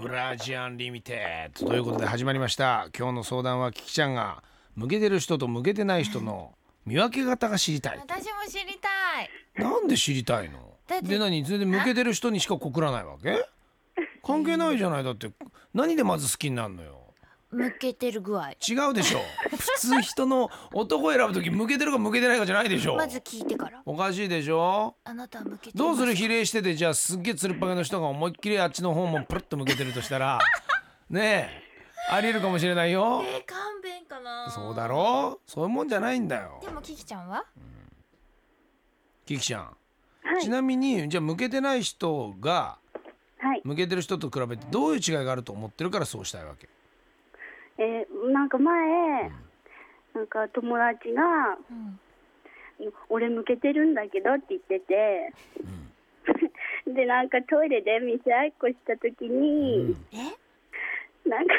フラジアンリミテッドということで始まりました今日の相談はキキちゃんが向けてる人と向けてない人の 見分け方が知りたい私も知りたいなんで知りたいのだってで何それで向けてる人にしか告らないわけ関係ないじゃないだって何でまず好きになるのよ向けてる具合違うで しょ普通人の男選ぶとき向けてるか向けてないかじゃないでしょまず聞いてからおかしいでしょあなたは向けていまどうする比例しててじゃあすっげえつるっぱげの人が思いっきりあっちの方もプルッと向けてるとした らねえありえるかもしれないよえー、勘弁かなそうだろうそういうもんじゃないんだよでもキキちゃんはキキちゃん、はいちなみにじゃあ向けてない人がはい、向けてる人と比べてどういう違いがあると思ってるからそうしたいわけえーなんか前、なんか友達がうん「俺向けてるんだけど」って言ってて、 でなんかトイレで見せ合いっこした時に、えなんか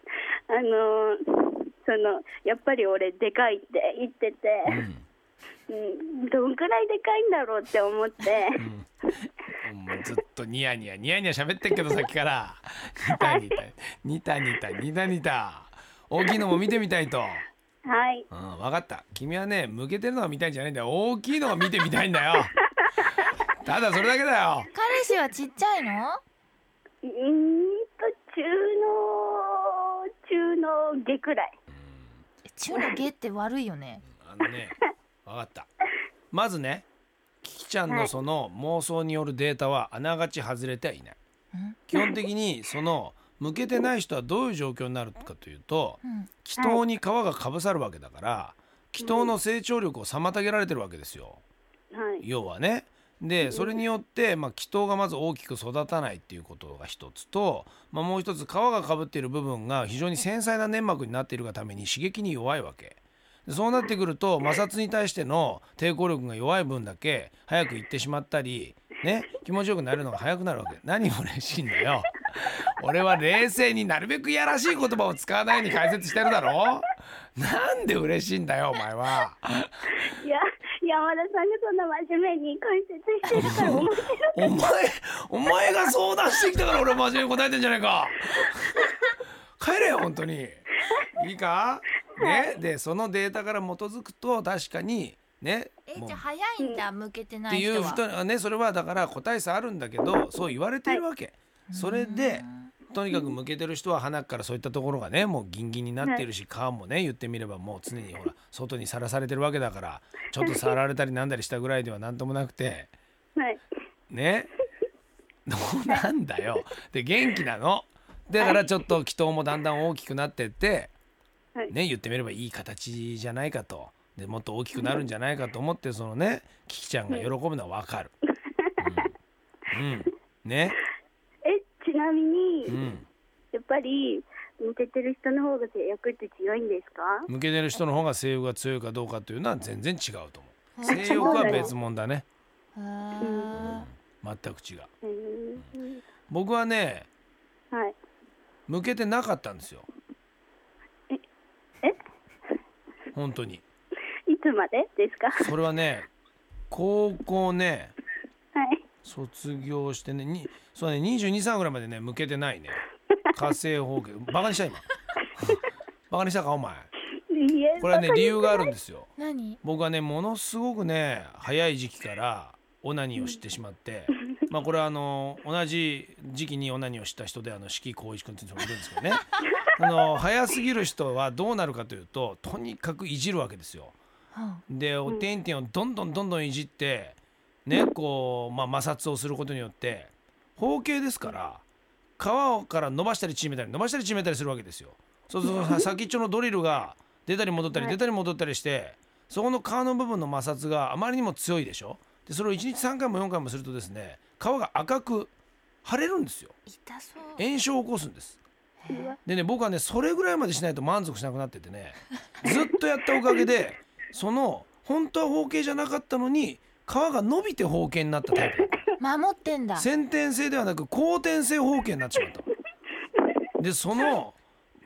あのーそのやっぱり俺でかいって言ってて、うん、どんくらいでかいんだろうって思って、もうずっとニヤニヤニヤニヤ喋ってっけどさっき からニタニタニタニタニタニタ大きいのも見てみたいと、はいうん、分かった君はね向けてるのが見たいんじゃないんだよ大きいのが見てみたいんだ よただそれだけだよ彼氏はちっちゃいのうーんと中の中の下くらいえチューのゲって悪いよねあのね分かったまずねキキちゃんのその妄想によるデータはあながち外れてはいないうん基本的にその向けてない人はどういう状況になるかというとうん気筒に皮がかぶさるわけだから気筒の成長力を妨げられてるわけですよはい要はね。でそれによって、まあ、気筒がまず大きく育たないっていうことが一つと、まあ、もう一つ皮がかぶっている部分が非常に繊細な粘膜になっているがために刺激に弱いわけ。でそうなってくると摩擦に対しての抵抗力が弱い分だけ早く行ってしまったり、ね、気持ちよくなるのが早くなるわけ何嬉しいんだよ俺は冷静になるべくいやらしい言葉を使わないように解説してるだろなんで嬉しいんだよお前は。いや山田さんがそんな真面目に解説してるから面白いお前、お前が相談してきたから俺真面目に答えてんじゃないか。帰れよ、本当に。いいかね、で、そのデータから基づくと確かに、ね、えもうじゃあっ早いんだ向けてなていいう人は人はね、それはだから個体差あるんだけど、そう言われてるわけ。それで、とにかく向けてる人は鼻からそういったところがねもうギンギンになってるし皮もね言ってみればもう常にほら外にさらされてるわけだからちょっと触られたりなんだりしたぐらいでは何ともなくてはいねどうなんだよで元気なのだからちょっと気筒もだんだん大きくなってって、はいね言ってみればいい形じゃないかとでもっと大きくなるんじゃないかと思ってそのねキキちゃんが喜ぶのは分かる。うん、うんね、 えちなみに、うん、やっぱり向けてる人の方が性欲って強いんですか向けてる人の方が性欲が強いかどうかというのは全然違うとう思んう性欲は別物だねへー全く違ううーん僕はねはい向けてなかったんですよえ本当にいつまでですかそれはね高校ねはい卒業してねにそうね22歳ぐらいまでね向けてないね火星放棄バカにした今 バカにしたかお前いえこれはね理由があるんですよ何僕はねものすごくね早い時期からオナニーを知ってしまってまあこれはあの同じ時期にオナニーを知った人であの四季光一君っていう人もいるんですけどねあの早すぎる人はどうなるかというととにかくいじるわけですよ。うんでおてんてんをどんどんどんどんいじってねこう、まあ、摩擦をすることによって包茎ですから皮をから伸ばしたり縮めたり伸ばしたり縮めたりするわけですよ。そうすると先っちょのドリルが出たり戻ったりはい出たり戻ったりしてそこの皮の部分の摩擦があまりにも強いでしょでそれを1日3回も4回もするとですね皮が赤く腫れるんですよ痛そう炎症を起こすんですへーでね僕はねそれぐらいまでしないと満足しなくなっててねずっとやったおかげでその本当は包茎じゃなかったのに皮が伸びて包茎になったタイプだった守ってんだ先天性ではなく後天性包茎になってしまったでその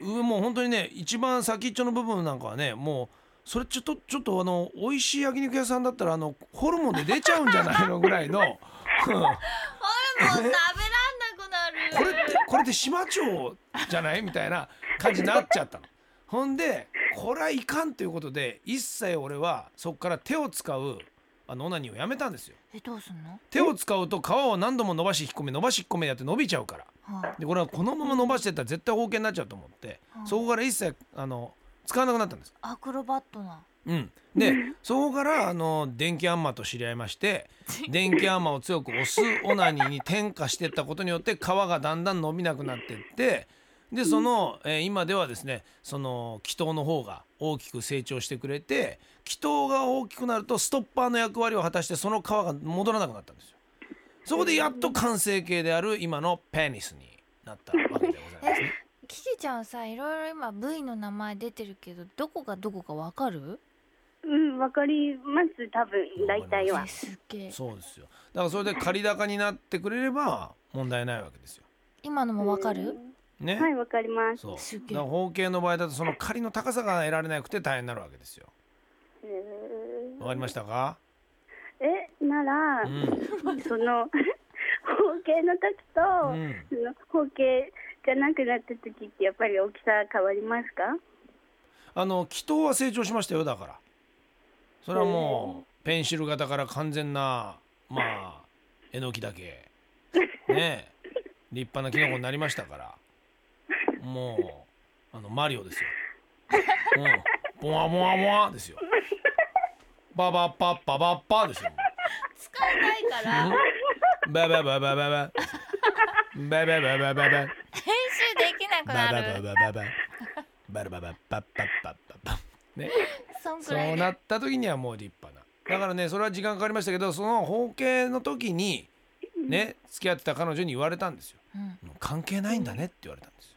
うもう本当にね一番先っちょの部分なんかはねもうそれちょっとちょっとあの美味しい焼肉屋さんだったらあのホルモンで出ちゃうんじゃないのぐらいの、うんホルモン食べらんなくなるこれってこれれって島町じゃないみたいな感じになっちゃったの。ほんでこれはいかんということで一切俺はそこから手を使うあのオナニーをやめたんですよ。 えどうすんの？手を使うと皮を何度も伸ばし引っ込め伸ばし引っ込めやって伸びちゃうからはい。でこれはこのまま伸ばしてったら絶対包茎になっちゃうと思ってうんそこから一切あの使わなくなったんです。アクロバットな。うん、でそこからあの電気アンマーと知り合いまして 電気アンマーを強く押すオナニーに転化していったことによって皮がだんだん伸びなくなってってでその、えー今ではですねその気筒の方が大きく成長してくれて気筒が大きくなるとストッパーの役割を果たしてその皮が戻らなくなったんですよ。そこでやっと完成形である今のペニスになったわけでございますね。キキちゃんさいろいろ今部位の名前出てるけどどこがどこかわかる？うん、わかります、多分、大体はえ。すげえ。そうですよだからそれで仮高になってくれれば問題ないわけですよ。今のもわかる？ね、はい、わかります。そうすげえだから方形の場合だとその仮の高さが得られなくて大変になるわけですよへーわかりましたかえ、ならう、ん、その、 方形の時と、うん、その方形じゃなくなった時って、やっぱり大きさ変わりますかあの気筒は成長しましたよだからそれはもうペンシル型から完全なまあえのきだけねえ立派なキノコになりましたからもうあのマリオですようんボワボワボワですよババッパッパバッパですよ使えないから編ババババババババババババ集できなくなる。ね、そんくそらういなで。った時にはもう立派なだからねそれは時間かかりましたけどその包茎の時にね付き合ってた彼女に言われたんですようん。関係ないんだねって言われたんですよ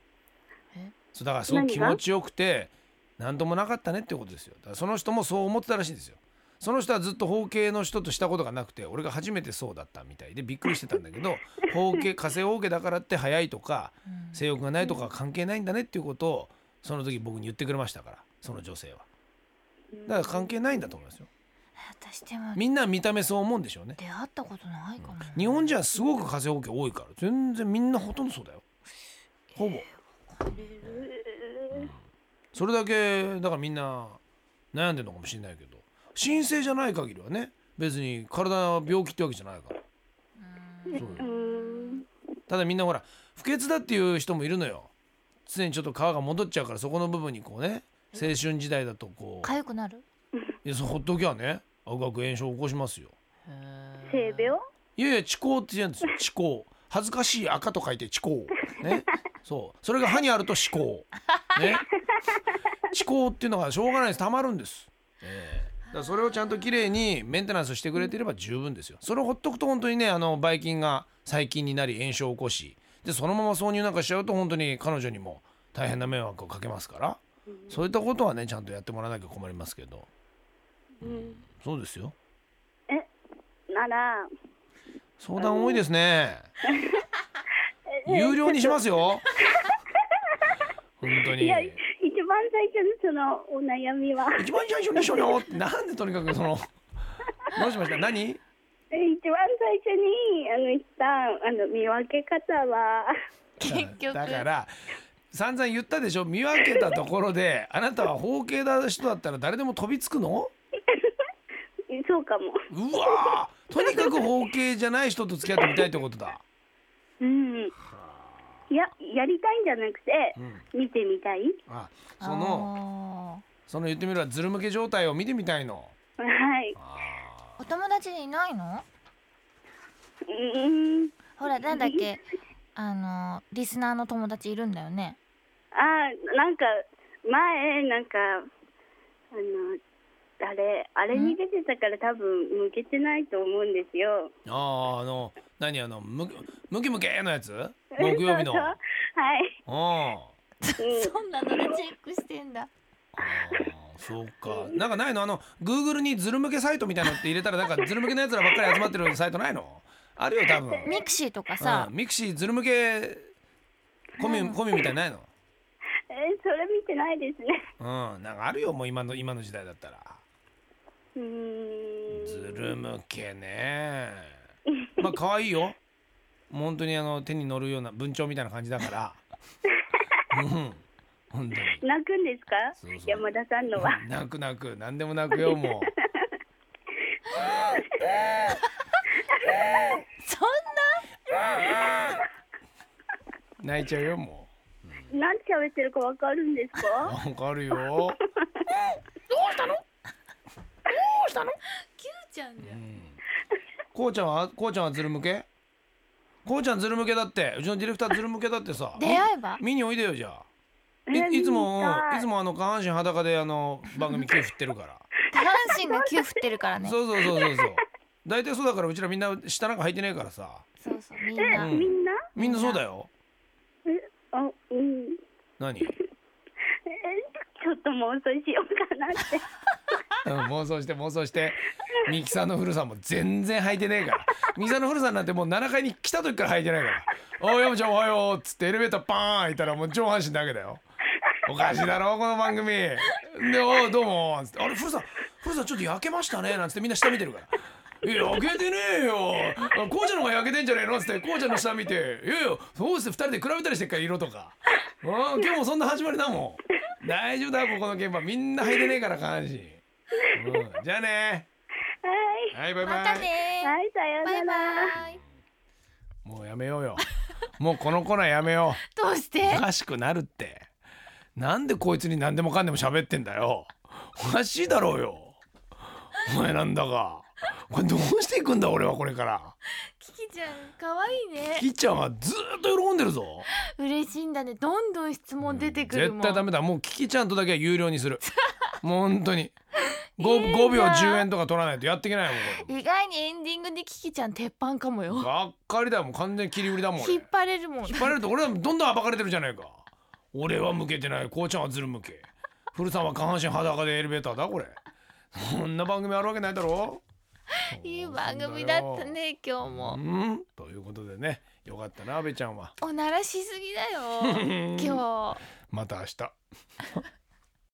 えそうだからすごく気何が持ちよくて何ともなかったねってことですよだからその人もそう思ってたらしいんですよその人はずっと包茎の人としたことがなくて俺が初めてそうだったみたいでびっくりしてたんだけど包茎火星包茎だからって早いとかうん性欲がないとかは関係ないんだねっていうことをその時僕に言ってくれましたからその女性はだから関係ないんだと思いますよ私でもみんな見た目そう思うんでしょうね出会ったことないかも。日本人はすごく風邪包茎多いから全然みんなほとんどそうだよほぼそれだけだからみんな悩んでるのかもしれないけど神聖じゃない限りはね別に体は病気ってわけじゃないからうそんうようーん。ただみんなほら不潔だっていう人もいるのよ常にちょっと皮が戻っちゃうからそこの部分にこうね青春時代だとこう痒くなる？いやそうほっときゃねあくあく炎症を起こしますよ性病いやいや遅行って言うんですよ遅行恥ずかしい赤と書いて遅行ねそうそれが歯にあると歯行ね遅行っていうのがしょうがないですたまるんです、ええだからそれをちゃんときれいにメンテナンスしてくれてれば十分ですよそれをほっとくと本当にねあのばい菌が細菌になり炎症を起こしでそのまま挿入なんかしちゃうと本当に彼女にも大変な迷惑をかけますからそういったことはねちゃんとやってもらわなきゃ困りますけど、うん、そうですよなら、相談多いです ね。有料にしますよ。本当に。いや、一一番最初のそのお悩みは、 番最初にしようよってなんでとにかくその。 どうしました。何。え一番最初にあの言ったあの見分け方は、 結局だから。散々言ったでしょ見分けたところであなたは包茎だ人だったら誰でも飛びつくのそうかも。うわーとにかく包茎じゃない人と付き合ってみたいってことだうん。いや、やりたいんじゃなくて、見てみたい。あそののその言ってみればズル向け状態を見てみたいのはい。あお友達にいないのうん。ほらなんだっけあのリスナーの友達いるんだよねあー、なんか前なんかあの誰あれに出てたから多分向けてないと思うんですよ。ーあーあの何あのむムキムキのやつ木曜日のそうそう はあい。うん。そんなのでチェックしてんだあーそうかなんかないのあのグーグルにズル向けサイトみたいなのって入れたらなんかズル向けのやつらばっかり集まってるサイトないのあるよ多分ミクシーとかさうん、ミクシーズル向けコミコミみたいなのないのえーそれ見てないですね。うんなんかあるよもう今の今の時代だったらうーん。ズル向けねまあ可愛いよもう本当にあの手に乗るような文鳥みたいな感じだからうん本当に泣くんですかそうそう山田さんのは泣く泣く何でも泣くよもそんなう泣いちゃうよもなんて喋ってるかわかるんですうかわかるよ、キューちゃんじゃうんん、こうちゃんはこうちゃんはズル向けこうちゃんズル向けだってうちのディレクターズル向けだってさ出会えば見においでよじゃあえいいつも見たうんいつもあの下半身裸であの番組気振ってるから下半身がキュー振ってるからねそうそうそうそうそう大体そうだからうちらみんな下なんか履いてないからさそうそうみんえ、な、うんみんなみんなそうだよえあうん何、えちょっと妄想しようかな ってうん、妄想して妄想してミキさんの古さんも全然履いてねえからミキさんの古さんなんてもう7階に来た時から履いてないから「おう山ちゃんおはよう」っつってエレベーターパーン開いたらもう上半身だけだよおかしいだろこの番組で「おうどうも」っつって「あれ古さん古さんちょっと焼けましたね」なんつってみんな下見てるから。いや焼けてねえよあこうちゃんの方が焼けてんじゃねえのっつってこうちゃんの下見て「いやいやそうですね2人で比べたりしてっから色とかうん今日もそんな始まりだもん大丈夫だここの現場みんな履いてねえから下半身」うんじゃあねははいバイバイ、またねいはいさようバイならバイもうやめようよもうこのコーナーやめよどうしうておかしくなるってなんでこいつに何でもかんでも喋ってんだよおかしいだろうよお前なんだかこれどうしていくんだ俺はこれからキキちゃん可愛いねキッちゃんはずーっと喜んでるぞ嬉しいんだねどんどん質問出てくるもん絶対ダメだもうキキちゃんとだけは有料にするもう本当に 5, いいな5秒10円とか取らないとやっていけないもん意外にエンディングでキキちゃん鉄板かもよがっかりだよもう完全に切り売りだもん俺引っ張れるもん引っ張られて俺はどんどん暴かれてるじゃないか俺は向けてないこうちゃんはずる向け古さんは下半身裸でエレベーターだこれそんな番組あるわけないだろいい番組だったね今日うもんということでねよかったな阿部ちゃんは おならしすぎだよ今日また明日